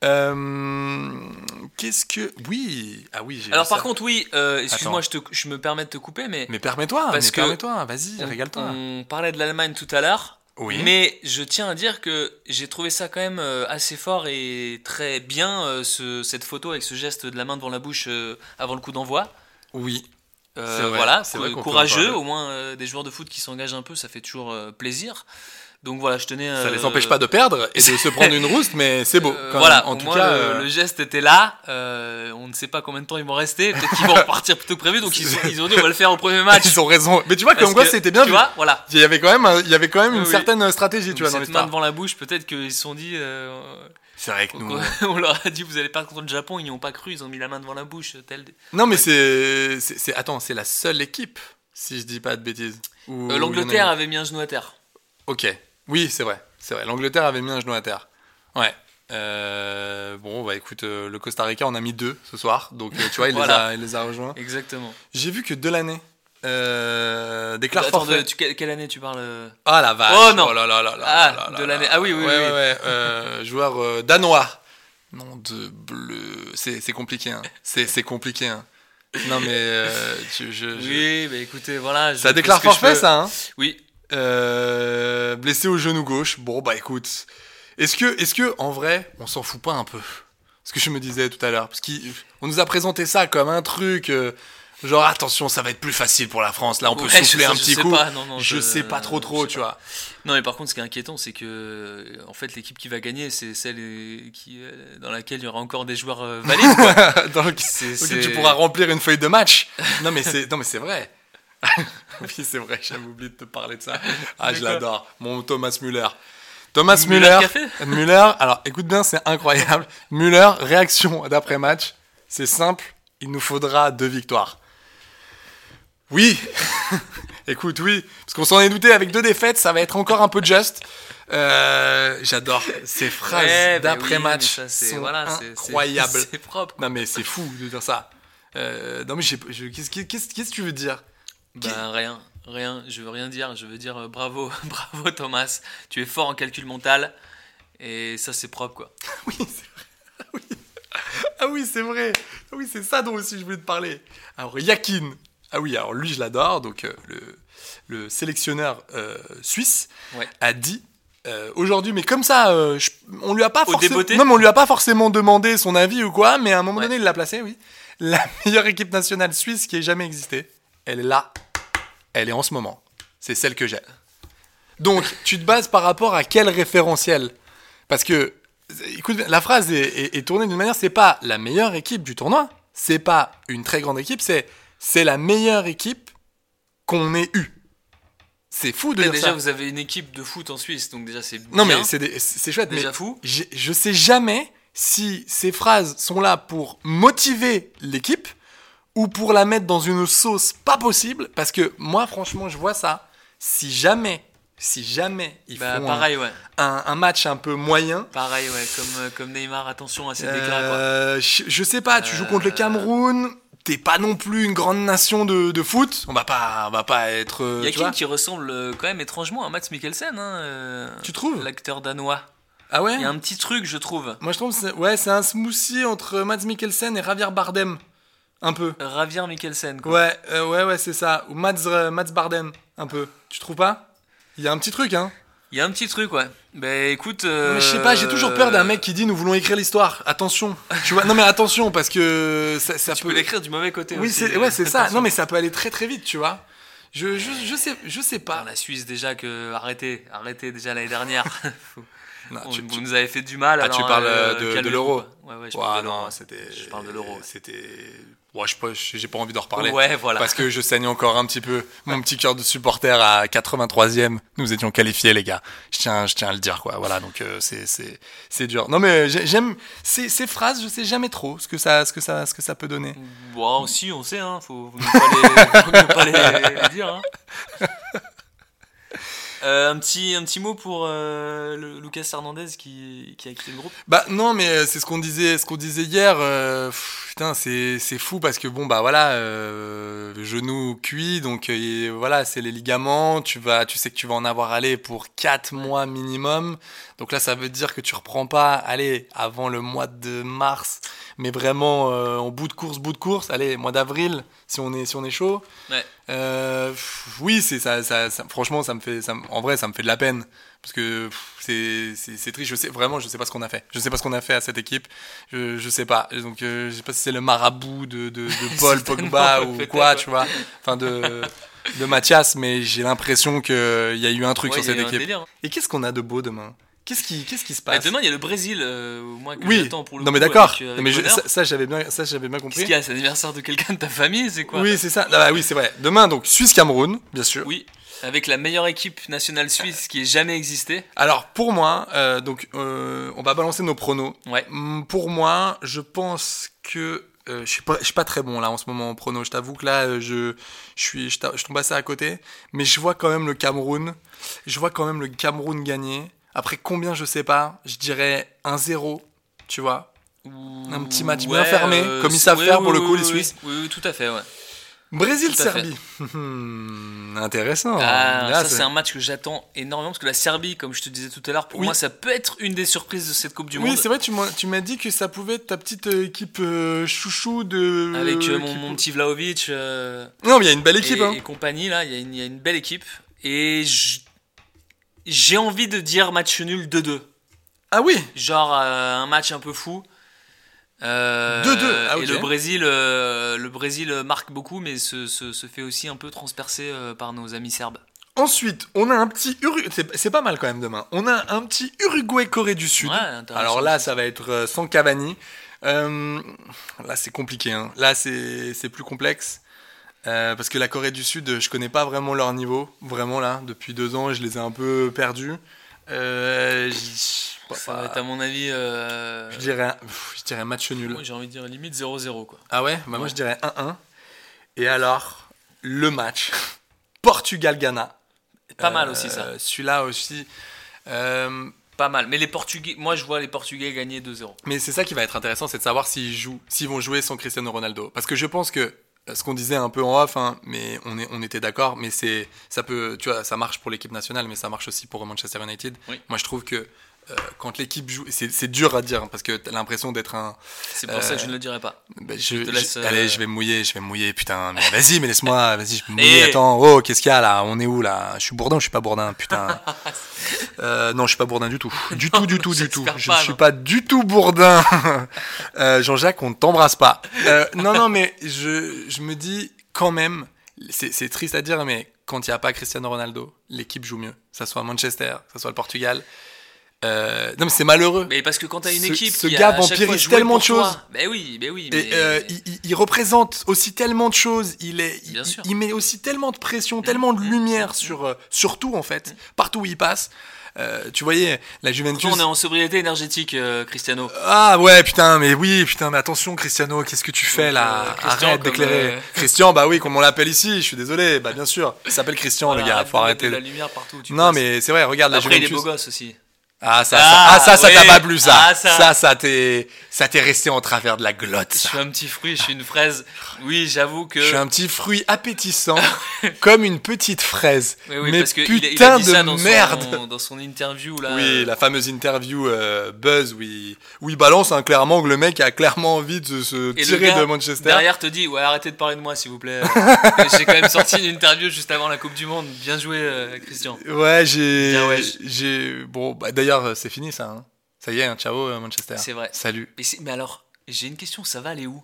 Euh, Qu'est-ce que. Oui, ah oui, j'ai
hein. Alors
vu
par
ça.
contre, oui, euh, excuse-moi,
Attends.
je, te- je me permets de te couper, mais,
Mais permets-toi,
Parce
mais
que-
permets-toi, vas-y, régale-toi.
on parlait de l'Allemagne tout à l'heure.
Oui.
Mais je tiens à dire que j'ai trouvé ça quand même euh, assez fort et très bien, euh, ce- cette photo avec ce geste de la main devant la bouche euh, avant le coup d'envoi.
Oui.
Euh,
C'est vrai,
voilà,
c'est vrai
cou-
qu'on peut en parler.
courageux, au moins euh, des joueurs de foot qui s'engagent un peu, ça fait toujours euh, plaisir. Donc voilà, je tenais. euh,
Ça les empêche pas de perdre et
(laughs)
de se prendre une rouste, mais c'est beau. quand
voilà,
même. en
au
tout
moins,
cas.
le,
euh, (laughs)
le geste était là. euh, on ne sait pas combien de temps ils vont rester.
(laughs)
Peut-être qu'ils vont repartir plutôt que prévu. Donc ils, ont- ils ont dit on va le faire au premier match.
Ils ont raison. Mais tu vois,
Parce
comme quoi
que,
c'était bien
Tu
vu.
vois, voilà.
Il y avait quand même, un- il y avait quand même
Oui,
une
oui.
certaine stratégie, tu vois, dans
cette main
l'histoire.
devant la bouche, peut-être qu'ils se sont dit. euh,
C'est vrai que nous,
(laughs) on leur a dit vous allez perdre contre le Japon. Ils n'y ont pas cru. Ils ont mis la main devant la bouche. Tel... des- Euh,
Non, mais c'est, c'est, c'est- Attends, c'est la seule équipe, si je dis pas de bêtises. Ou-
Euh, L'Angleterre
il y en a
avait mis un genou à terre.
une. Ok. Oui, c'est vrai. C'est vrai. L'Angleterre avait mis un genou à terre. Ouais. Euh, bon, bah écoute, euh, le Costa Rica en a mis deux ce soir. Donc, euh, tu
(laughs)
vois, il,
Voilà.
les, a, il les a rejoints.
Exactement.
J'ai vu que Delaney euh, déclare
Attends,
forfait.
de- tu- quelle quelle année tu parles euh
Ah la vache.
Oh, non.
là là là là
Ah,
là là
Delaney.
là.
Ah oui, oui,
Ouais,
oui,
ouais,
oui.
ouais. Euh, joueur euh, danois. Nom de bleu. C'est c'est compliqué. Hein. C'est c'est compliqué. Hein. Non mais euh, tu- je- je-
Oui, bah écoutez, voilà. je-
Ça déclare
parce que je
forfait,
peux-
ça. Hein
Oui.
Euh, blessé au genou gauche. Bon, bah écoute. Est-ce que, est-ce que, en vrai, on s'en fout pas un peu Ce que je me disais tout à l'heure. Parce qu'on nous a présenté ça comme un truc. euh, genre, attention, ça va être plus facile pour la France. Là, on peut
Ouais, je
souffler
sais-
un
je
petit
sais
coup.
pas, non, non,
je
je-
sais pas trop,
je
trop,
sais
tu
pas.
vois.
Non, mais par contre, ce qui est inquiétant, c'est que euh, en fait, l'équipe qui va gagner, c'est celle euh, qui, euh, dans laquelle il y aura encore des joueurs euh, valides.
(laughs)
quoi.
Dans le-
C'est-
Ok,
(laughs) c'est-
tu pourras remplir une feuille de match. Non, mais c'est, non, mais c'est vrai. (laughs) oui, c'est vrai, j'avais oublié de te parler de ça. Ah,
De
je
quoi
l'adore. Mon Thomas Müller. Thomas
Müller
Müller.
café
Müller, alors écoute bien, c'est incroyable. Müller, réaction d'après-match. C'est simple, il nous faudra deux victoires. Oui, (laughs) écoute, oui, parce qu'on s'en est douté, avec deux défaites, ça va être encore un peu juste. Euh, J'adore ces phrases
Ouais, bah oui,
d'après-match.
mais ça, c'est-
sont
voilà, c'est- c'est-
incroyables.
(laughs) C'est propre. quoi.
Non mais c'est fou de dire ça. Euh, non mais j'ai- je- qu'est-ce qu'est-ce- qu'est-ce que tu veux dire
Ben rien, rien, je veux rien dire, je veux dire euh, bravo, (laughs) bravo Thomas, tu es fort en calcul mental et ça c'est propre quoi.
Oui, c'est vrai. Ah oui, c'est vrai. Ah oui, c'est ça dont aussi je voulais te parler. Alors Yakin. Ah oui, alors lui je l'adore. Donc euh, le, le sélectionneur euh, suisse
Ouais.
a dit euh, aujourd'hui, mais comme ça, euh, je- on lui a pas
Au
forcément.
débeauté
Non, mais on lui a pas forcément demandé son avis ou quoi. Mais à un moment
Ouais.
donné, il l'a placé. Oui, la meilleure équipe nationale suisse qui ait jamais existé. Elle est là. Elle est en ce moment. C'est celle que j'ai. Donc, tu te bases par rapport à quel référentiel Parce que, écoute, la phrase est, est- est tournée d'une manière, c'est pas la meilleure équipe du tournoi, c'est pas une très grande équipe, c'est c'est la meilleure équipe qu'on ait eue. C'est fou de dire
Après, déjà
ça.
vous avez une équipe de foot en Suisse donc déjà c'est
Non
bien.
mais c'est des- c'est c'est chouette.
Déjà
mais
fou.
j'ai- Je sais jamais si ces phrases sont là pour motiver l'équipe ou pour la mettre dans une sauce pas possible. Parce que moi, franchement, je vois ça. Si jamais, si jamais ils
Bah,
font un-
pareil ouais,
un, un match un peu moyen.
pareil ouais, comme, euh, comme Neymar, attention à ces déclats quoi.
euh, je, je sais pas. Tu joues contre le
Euh.
Cameroun. T'es pas non plus une grande nation de, de foot. On va pas, on va pas être. euh,
Il y a
tu vois.
quelqu'un qui ressemble euh, quand même étrangement à Mats Mikkelsen, hein, euh,
Tu trouves
l'acteur danois.
Ah ouais.
Il y a un petit truc je trouve.
Moi je trouve que c'est- ouais c'est un smoothie entre Mads Mikkelsen et Javier Bardem un peu.
Javier Mikkelsen quoi.
Ouais euh, ouais ouais c'est ça ou Mads euh, Mads Bardem un peu. Tu trouves pas Il y a un petit truc hein.
Il y a un petit truc, ouais. Bah écoute. euh,
Mais je sais pas, j'ai toujours peur d'un mec qui dit nous voulons écrire l'histoire. Attention, tu vois. Non mais attention parce que ça, ça
Tu peux l'écrire du mauvais côté
Oui,
aussi.
c'est ouais, c'est ça.
Attention.
Non mais ça peut aller très très vite, tu vois. Je, je, je sais je sais
Putain,
pas.
La Suisse, déjà, que. Arrêtez, arrêtez déjà l'année dernière.
(laughs)
Faut-
Non,
On-
tu-
vous
tu-
nous avez fait du mal.
Ah,
alors,
tu parles euh,
euh,
de- de,
calmez-vous,
l'euro.
quoi. Ouais, ouais, je
Ouah,
parle de l'euro.
non, c'était.
Je parle de l'euro.
C'était. Ouais, je sais pas, j'ai pas envie d'en reparler.
Ouais, voilà.
Parce que je saigne encore un petit peu. Mon petit cœur de supporter à 83e, nous étions qualifiés, les gars. Je tiens, je tiens à le dire, quoi. Voilà, donc euh, c'est, c'est, c'est dur. Non, mais j'ai- j'aime ces, ces phrases. Je sais jamais trop ce que ça, ce que ça, ce que ça peut donner.
Bon, si, on sait, hein. Faut, (laughs) faut mieux pas les, faut mieux pas les- les dire, hein. (laughs) Euh, un, petit, un petit mot pour euh, le- Lucas Hernandez qui, qui a quitté le groupe.
Bah non, mais euh, c'est ce qu'on disait, ce qu'on disait hier. euh, pff, putain, c'est c'est fou parce que bon bah voilà, euh, genou cuit, donc euh, et voilà, c'est les ligaments. Tu vas, tu sais que tu vas en avoir allé pour 4 mois minimum. Donc là, ça veut dire que tu reprends pas, allez, avant le mois de mars, mais vraiment euh, en bout de course, bout de course. Allez, mois d'avril, si on est si on est chaud.
Ouais.
Euh, pff, oui, c'est ça, ça, ça- Franchement, ça me fait, ça me- en vrai, ça me fait de la peine parce que pff, c'est- c'est c'est triste. Je sais vraiment, je sais pas ce qu'on a fait. Je sais pas ce qu'on a fait à cette équipe. Je, je sais pas. Donc, euh, je sais pas si c'est le marabout de, de,
(laughs)
de Paul Pogba
Certainement,
ou
peut-être,
quoi,
ouais.
tu vois. Enfin, de de Mathias, mais j'ai l'impression que il y a eu un truc
Ouais,
sur
il y a
cette
eu un
équipe.
délire, hein.
Et qu'est-ce qu'on a de beau demain Qu'est-ce qui, qu'est-ce qui se
Bah,
passe
demain, il y a le Brésil, euh, au moins que
Oui.
j'attends pour le
non mais
coup,
d'accord.
avec, euh,
Non,
avec
mais je-
bonheur.
ça, ça, j'avais bien, ça j'avais bien
Qu'est-ce
compris.
qu'il y a C'est l'anniversaire de quelqu'un de ta famille, c'est quoi
Oui, c'est ça. Ah, bah oui, c'est vrai. Demain, donc Suisse Cameroun, bien sûr.
Oui, avec la meilleure équipe nationale suisse qui ait jamais existé.
Alors pour moi, euh, donc euh, on va balancer nos pronos.
Ouais.
Hum, Pour moi, je pense que euh, je suis pas, je suis pas très bon là en ce moment en pronos. Je t'avoue que là, euh, je, je suis, je, t'a- je tombe assez à côté. Mais je vois quand même le Cameroun. Je vois quand même le Cameroun gagner. Après combien, je sais pas. Je dirais 1-0. Tu vois. Un petit match bien
Ouais,
fermé,
euh,
comme ils savent
ouais,
faire
ouais,
pour le
ouais,
coup les
ouais,
Suisses.
Oui, oui, tout à fait, ouais. Tout à fait.
(laughs) Brésil-Serbie. Hum, Intéressant.
Ah,
Là,
ça
c'est-
c'est un match que j'attends énormément parce que la Serbie, comme je te disais tout à l'heure, pour
Oui.
moi ça peut être une des surprises de cette Coupe du
Oui,
Monde.
c'est vrai, tu m'as tu m'as dit que ça pouvait être ta petite euh, équipe euh, chouchou de.
Avec euh, mon,
qui-
mon petit Vlaovic euh,
Non, mais il y a une belle équipe.
et,
hein.
et compagnie, là, il y, a une- il y a une belle équipe. Et je- j'ai envie de dire match nul 2-2.
Ah oui
Genre euh, un match un peu fou. Euh,
2-2, ah,
Et
ok.
le Brésil, euh, le Brésil marque beaucoup, mais se, se- se fait aussi un peu transpercer euh, par nos amis serbes.
Ensuite, on a un petit. Uru- C'est c'est pas mal quand même demain. On a un petit Uruguay-Corée du Sud.
Ouais, intéressant.
Alors là, ça va être euh, sans Cavani. Euh, là, c'est compliqué. hein. Là, c'est c'est plus complexe. Euh, parce que la Corée du Sud, je connais pas vraiment leur niveau. Vraiment, là, depuis deux ans, je les ai un peu perdus. Euh, j-
ça va être à mon avis. euh,
je dirais, un- pff, je dirais un match nul.
moi, j'ai envie de dire limite 0-0 quoi.
Ah ouais, bah Moi je dirais 1-1. Et alors, le match (laughs) Portugal-Ghana.
Pas
Euh,
mal aussi ça.
Celui-là aussi. Euh,
Pas mal. Mais les Portugais, moi je vois les Portugais gagner 2-0.
mais c'est ça qui va être intéressant, c'est de savoir s'ils jouent, s'ils vont jouer sans Cristiano Ronaldo. Parce que je pense que euh, ce qu'on disait un peu en off, hein, mais on, est, on était d'accord, mais c'est ça peut, tu vois, ça marche pour l'équipe nationale, mais ça marche aussi pour Manchester United.
Oui.
Moi je trouve que euh, quand l'équipe joue, c'est c'est dur à dire hein, parce que t'as l'impression d'être un,
C'est pour ça que je ne le dirai pas.
Bah, je,
te laisse,
je-
euh,
Allez, je vais me mouiller, je vais me mouiller,
(laughs)
putain. Mais vas-y, mais laisse-moi, vas-y, je vais me
Eh.
mouiller. Attends, oh, qu'est-ce qu'il y a là On est où là Je suis bourdin ou je suis pas bourdin Putain.
(laughs)
Euh, non, je suis pas bourdin du tout. Du tout, du tout, du tout.
j'espère
Je
pas,
suis
non.
pas du tout bourdin. (laughs) Euh, Jean-Jacques, on ne t'embrasse pas. Euh, non, non, mais je, je me dis quand même, c'est c'est triste à dire, mais quand il n'y a pas Cristiano Ronaldo, l'équipe joue mieux. Que ça soit Manchester, que ça soit le Portugal. Euh, non, mais c'est malheureux.
Mais parce que quand t'as une
Ce-
équipe
ce
qui
gars
a à chaque
vampirise
fois joué
tellement
pour
de choses.
toi- Ben oui, ben oui.
Et
mais-
euh, il, il- il représente aussi tellement de choses, il, est, il,
Bien sûr. Mm.
il met aussi tellement de pression, tellement de lumière sur, euh, sur tout en fait, partout où il passe. Euh, tu voyais, la Juventus...
Pourtant, on est en sobriété énergétique, euh, Cristiano.
Ah ouais, putain, mais oui, putain, mais attention Cristiano, qu'est-ce que tu fais
Donc,
là
euh, Christian,
Arrête
comme,
d'éclairer.
euh, (laughs)
Christian, bah oui, comme on l'appelle ici, je suis désolé, bah bien sûr, il s'appelle Christian
Voilà,
le gars,
arrête
faut
de mettre
arrêter.
de la lumière partout. où tu
Non
passes.
mais c'est vrai, regarde la
après il est
Juventus.
beau gosse aussi.
Ah ça,
Ah,
ça, ah, ça, ça
oui.
t'a pas plu ça.
Ah, ça.
ça, ça, t'est, ça t'est resté en travers de la glotte.
Je
ça.
suis un petit fruit, je suis une fraise. Oui, j'avoue que.
Je suis un petit fruit appétissant, (laughs) comme une petite fraise.
Oui, oui,
mais
parce que
putain
il a, il a dit
de
ça dans
merde.
Son, euh, dans son interview là.
Oui, la fameuse interview euh, Buzz où il, où il balance hein, clairement que le mec a clairement envie de se
Et le
tirer
gars,
de Manchester.
Derrière te dit ouais arrêtez de parler de moi s'il vous
(laughs)
plaît. Euh, J'ai quand même sorti une interview juste avant la Coupe du Monde. Bien joué euh, Christian.
Ouais, j'ai,
Bien, ouais.
j'ai, bon, bah, d'ailleurs euh, c'est fini ça. hein. Ça y est, hein, ciao euh, Manchester.
C'est vrai.
Salut.
Mais, c'est- mais alors j'ai une question, ça va aller où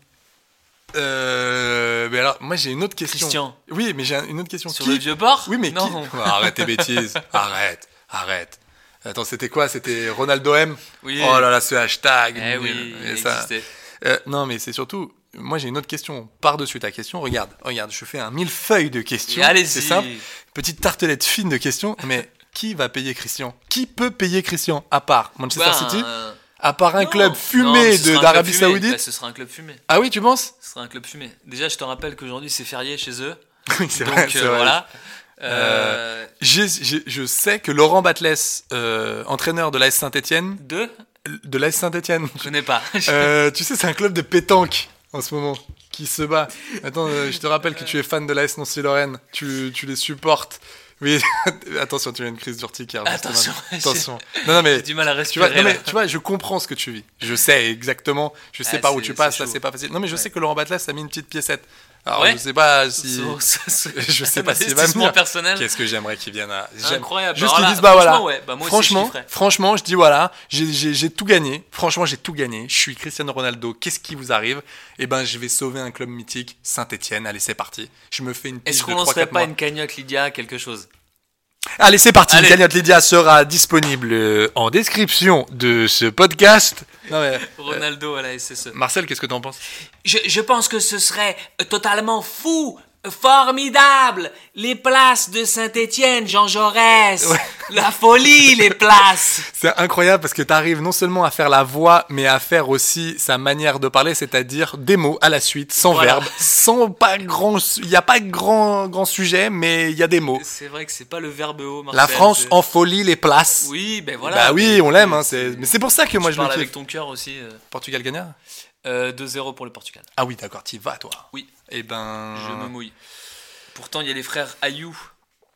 Euh, mais alors, moi j'ai une autre question.
Christian.
Oui, mais j'ai un- une autre question.
Sur
Qui-
le vieux port
Oui, mais
non.
qui- Arrête tes bêtises. Arrête, arrête. Attends, c'était quoi C'était Ronaldo M
Oui.
Oh là là, ce hashtag.
Eh
nul.
oui,
Et
il
ça-
existait.
Euh, non, mais c'est surtout. Moi, j'ai une autre question par-dessus ta question. Regarde, regarde, je fais un millefeuille de questions.
Allez-y.
C'est simple. Petite tartelette fine de questions.
(laughs)
Mais qui va payer Christian Qui peut payer Christian À part Manchester
Ben,
City
euh,
À part un
non.
club
Non, mais
fumé
ce sera un
de-
club
d'Arabie
fumé.
Saoudite
Ben, Ce sera un club fumé.
Ah oui, tu
(laughs)
penses
Ce sera un club fumé. Déjà, je te rappelle qu'aujourd'hui c'est férié chez eux.
Oui, (laughs) c'est
Donc
vrai.
euh,
c'est vrai.
voilà.
Euh,
Euh,
J'ai- j'ai- je sais que Laurent Batles, euh, entraîneur de l'AS Saint-Etienne,
deux
de l'AS Saint-Etienne,
Je connais pas. (laughs)
Euh, tu sais, c'est un club de pétanque en ce moment qui se bat. Attends, euh, je te rappelle que tu es fan de l'AS Nancy-Lorraine. Tu, tu les supportes. Oui, (laughs) attention, tu as une crise d'urticaire. justement.
Attention.
attention. Non, non,
(laughs)
mais
J'ai du mal à
tu vois,
respirer.
non, mais
là.
tu vois, je comprends ce que tu vis. Je sais exactement. Je sais
Ah,
par où
c'est-
tu passes.
c'est
Là,
chaud.
c'est pas facile. Non, mais je sais que Laurent Batlas a mis une petite piécette. Alors,
Ouais.
je sais pas si.
So- so- so-
(laughs) Je sais
(laughs)
pas s'il va
Investissement
venir.
personnel.
Qu'est-ce que j'aimerais qu'il vienne à. j'aime-
Incroyable.
Juste
Alors
qu'ils
là,
disent, bah voilà.
franchement, ouais, bah moi aussi, je
franchement,
kifferais.
franchement, je dis voilà, j'ai- j'ai j'ai tout gagné. Franchement, j'ai tout gagné. Je suis Cristiano Ronaldo. Qu'est-ce qui vous arrive Eh ben, je vais sauver un club mythique, Saint-Etienne. Allez, c'est parti. Je me fais une
Est-ce
piste de
qu'on lancerait
3-4
pas
mois.
une cagnotte Lydia, quelque chose
Allez, c'est parti.
Allez.
Une cagnotte Lydia sera disponible euh, en description de ce podcast. Non, mais, euh,
Ronaldo à la E. SSE.
Marcel, qu'est-ce que t'en penses
Je, je pense que ce serait euh, totalement fou, euh, formidable. Les places de Saint-Étienne, Jean Jaurès. La folie, les places.
C'est incroyable parce que tu arrives non seulement à faire la voix, mais à faire aussi sa manière de parler, c'est-à-dire des mots à la suite, sans
Voilà.
verbe, sans pas grand. su- Il n'y a pas grand, grand sujet, mais il y a des mots.
C'est vrai que c'est pas le verbe haut, Marcel.
La France
c'est-
en folie les places.
Oui, ben voilà.
bah oui, on l'aime. Hein, c'est- Mais c'est pour ça que moi
tu
je le
parles
kiffe.
avec ton cœur aussi. euh.
Portugal gagnant
Euh, 2-0 pour le Portugal.
Ah oui, d'accord, t'y vas toi.
Oui,
Eh ben.
je me mouille. Pourtant, il y a les frères Ayou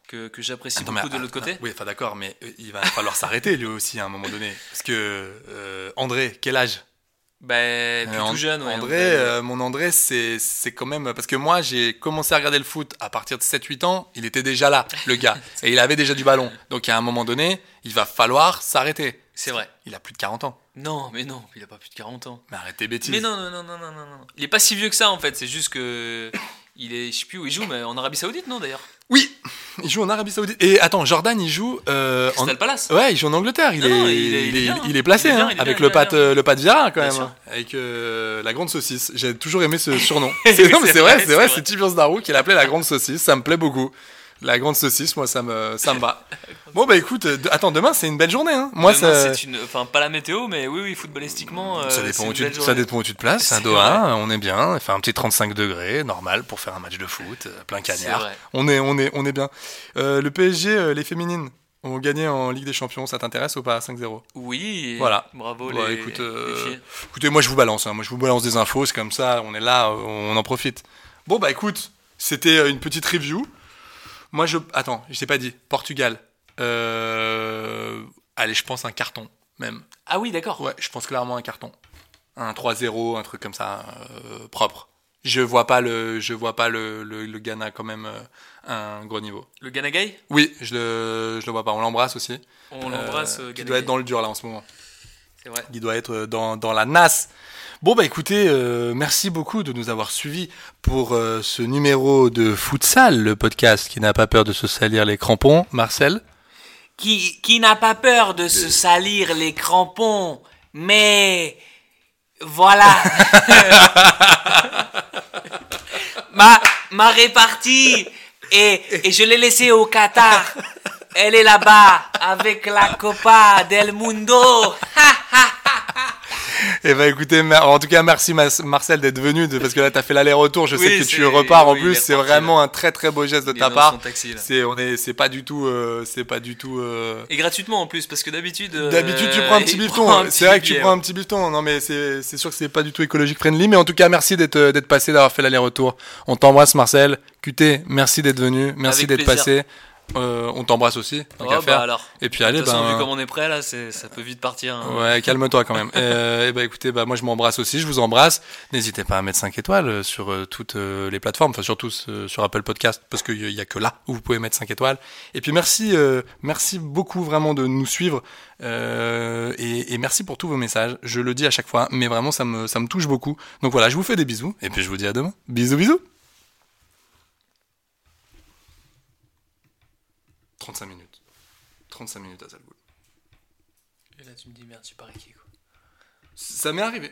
que, que j'apprécie
Attends, mais
beaucoup de
att-
l'autre côté.
Oui, enfin d'accord, mais euh, il va falloir (laughs) s'arrêter lui aussi à un moment donné. Parce que euh, André, quel âge
Ben,
Euh,
puis
And-
tout jeune, ouais.
André, euh, mon André, c'est c'est quand même. Parce que moi, j'ai commencé à regarder le foot à partir de 7-8 ans. Il était déjà là, le
(laughs)
gars. et il avait déjà du ballon. Donc, à un moment donné, il va falloir s'arrêter.
C'est vrai.
Il a plus de 40 ans.
Non, mais non, il a pas plus de 40 ans.
Mais arrêtez bêtises.
Mais non, non, non, non, non, non, non. Il est pas si vieux que ça, en fait. C'est juste que. Il est, je sais plus où il joue, mais en Arabie Saoudite, non, d'ailleurs.
Oui Il joue en Arabie Saoudite. Et attends, Jordan, il joue. euh, en...
Crystal Palace.
Ouais, il joue en Angleterre. Il,
Non,
est,
non, il est- il est bien, hein.
il est placé,
Il est bien,
hein,
il est
avec
bien, il
le
est
pat,
bien.
euh, le pat Vieira quand
Bien
même.
sûr.
hein. Avec euh, la grande saucisse. J'ai toujours aimé
(laughs)
ce surnom.
Oui,
c'est non, mais
c'est
c'est
vrai,
vrai, c'est
c'est
vrai.
vrai.
C'est Tiburce Darou qui l'appelait la grande saucisse. Ça me plaît beaucoup. La grande saucisse, moi, ça me, ça me
(laughs)
va. Bon, bah écoute, euh, de- attends, demain, c'est une belle journée. Hein. Moi,
Demain,
ça.
c'est une, enfin pas la météo, mais oui, oui, footballistiquement. euh,
Ça
c'est
dépend,
une
où tu,
belle
ça
journée.
dépend où tu te places,
C'est
un Doha, on est bien, enfin un petit 35 degrés, normal pour faire un match de foot, euh, plein
C'est
cagnard.
vrai.
On est, on, est, on est bien. Euh, le PSG, euh, les féminines, ont gagné en Ligue des Champions, ça t'intéresse ou pas 5-0
Oui.
Voilà.
Bravo
Bah,
Oh, les,
écoute, euh,
les filles.
écoutez, moi je vous balance, hein. moi je vous balance des infos, c'est comme ça, on est là, euh, on en profite. Bon bah écoute, c'était euh, une petite review. Moi je, attends, je t'ai pas dit, Portugal. Euh, Allez, je pense un carton même.
Ah oui, d'accord.
Ouais, je pense clairement un carton, un 3-0, un truc comme ça euh, propre. Je vois pas le, je vois pas le, le, le Ghana quand même euh, à un gros niveau.
Le Ganagay,
Oui, je le, je le vois pas. On l'embrasse aussi.
on l'embrasse.
Euh,
euh,
qui
Ganagay.
doit être dans le dur là en ce moment.
C'est vrai.
Il doit être euh, dans, dans la nasse. Bon, bah écoutez, euh, merci beaucoup de nous avoir suivis pour euh, ce numéro de Futsal, le podcast qui n'a pas peur de se salir les crampons. Marcel
qui, qui n'a pas peur de se salir les crampons, mais voilà. ma, ma répartie, et, et je l'ai laissée au Qatar. Elle est là-bas avec la Copa del Mundo.
Eh ben écoutez, mer- en tout cas, merci Mas- Marcel d'être venu, de- parce que là, t'as fait l'aller-retour. Je sais
Oui,
que tu
c'est-
repars en
oui, il
plus.
est
C'est
reparti,
vraiment un très très beau geste de
Il est
ta
dans
part.
son taxi, là.
C'est on est, c'est pas du tout, euh, c'est pas du tout. euh,
Et gratuitement en plus, parce que d'habitude. euh,
D'habitude, tu
(laughs)
prends un petit
il prend un
bifton.
petit
C'est vrai que tu
billet,
prends
ouais.
un petit bifton. Non, mais c'est c'est sûr que c'est pas du tout écologique friendly. Mais en tout cas, merci d'être euh, d'être passé, d'avoir fait l'aller-retour. On t'embrasse, Marcel. QT, merci d'être venu. Merci
Avec
d'être
plaisir.
passé. Euh, on t'embrasse aussi. tant
Oh,
qu'à
bah
faire.
alors.
Et puis,
De
allez,
toute façon,
ben.
vu comme on est prêt là, c'est- ça peut vite partir. hein.
Ouais, calme-toi quand même. euh, et bah écoutez, bah moi je m'embrasse aussi, je vous embrasse. N'hésitez pas à mettre 5 étoiles euh, sur euh, toutes euh, les plateformes, enfin surtout euh, sur Apple Podcast, parce qu'il y a que là où vous pouvez mettre 5 étoiles. Et puis merci, euh, merci beaucoup vraiment de nous suivre euh, et, et merci pour tous vos messages. Je le dis à chaque fois, mais vraiment ça me ça me touche beaucoup. Donc voilà, je vous fais des bisous et puis je vous dis à demain. Bisous, bisous. 35 minutes. 35 minutes à Salboul.
Et là, tu me dis merde, tu parais qui quoi.
Ça m'est arrivé.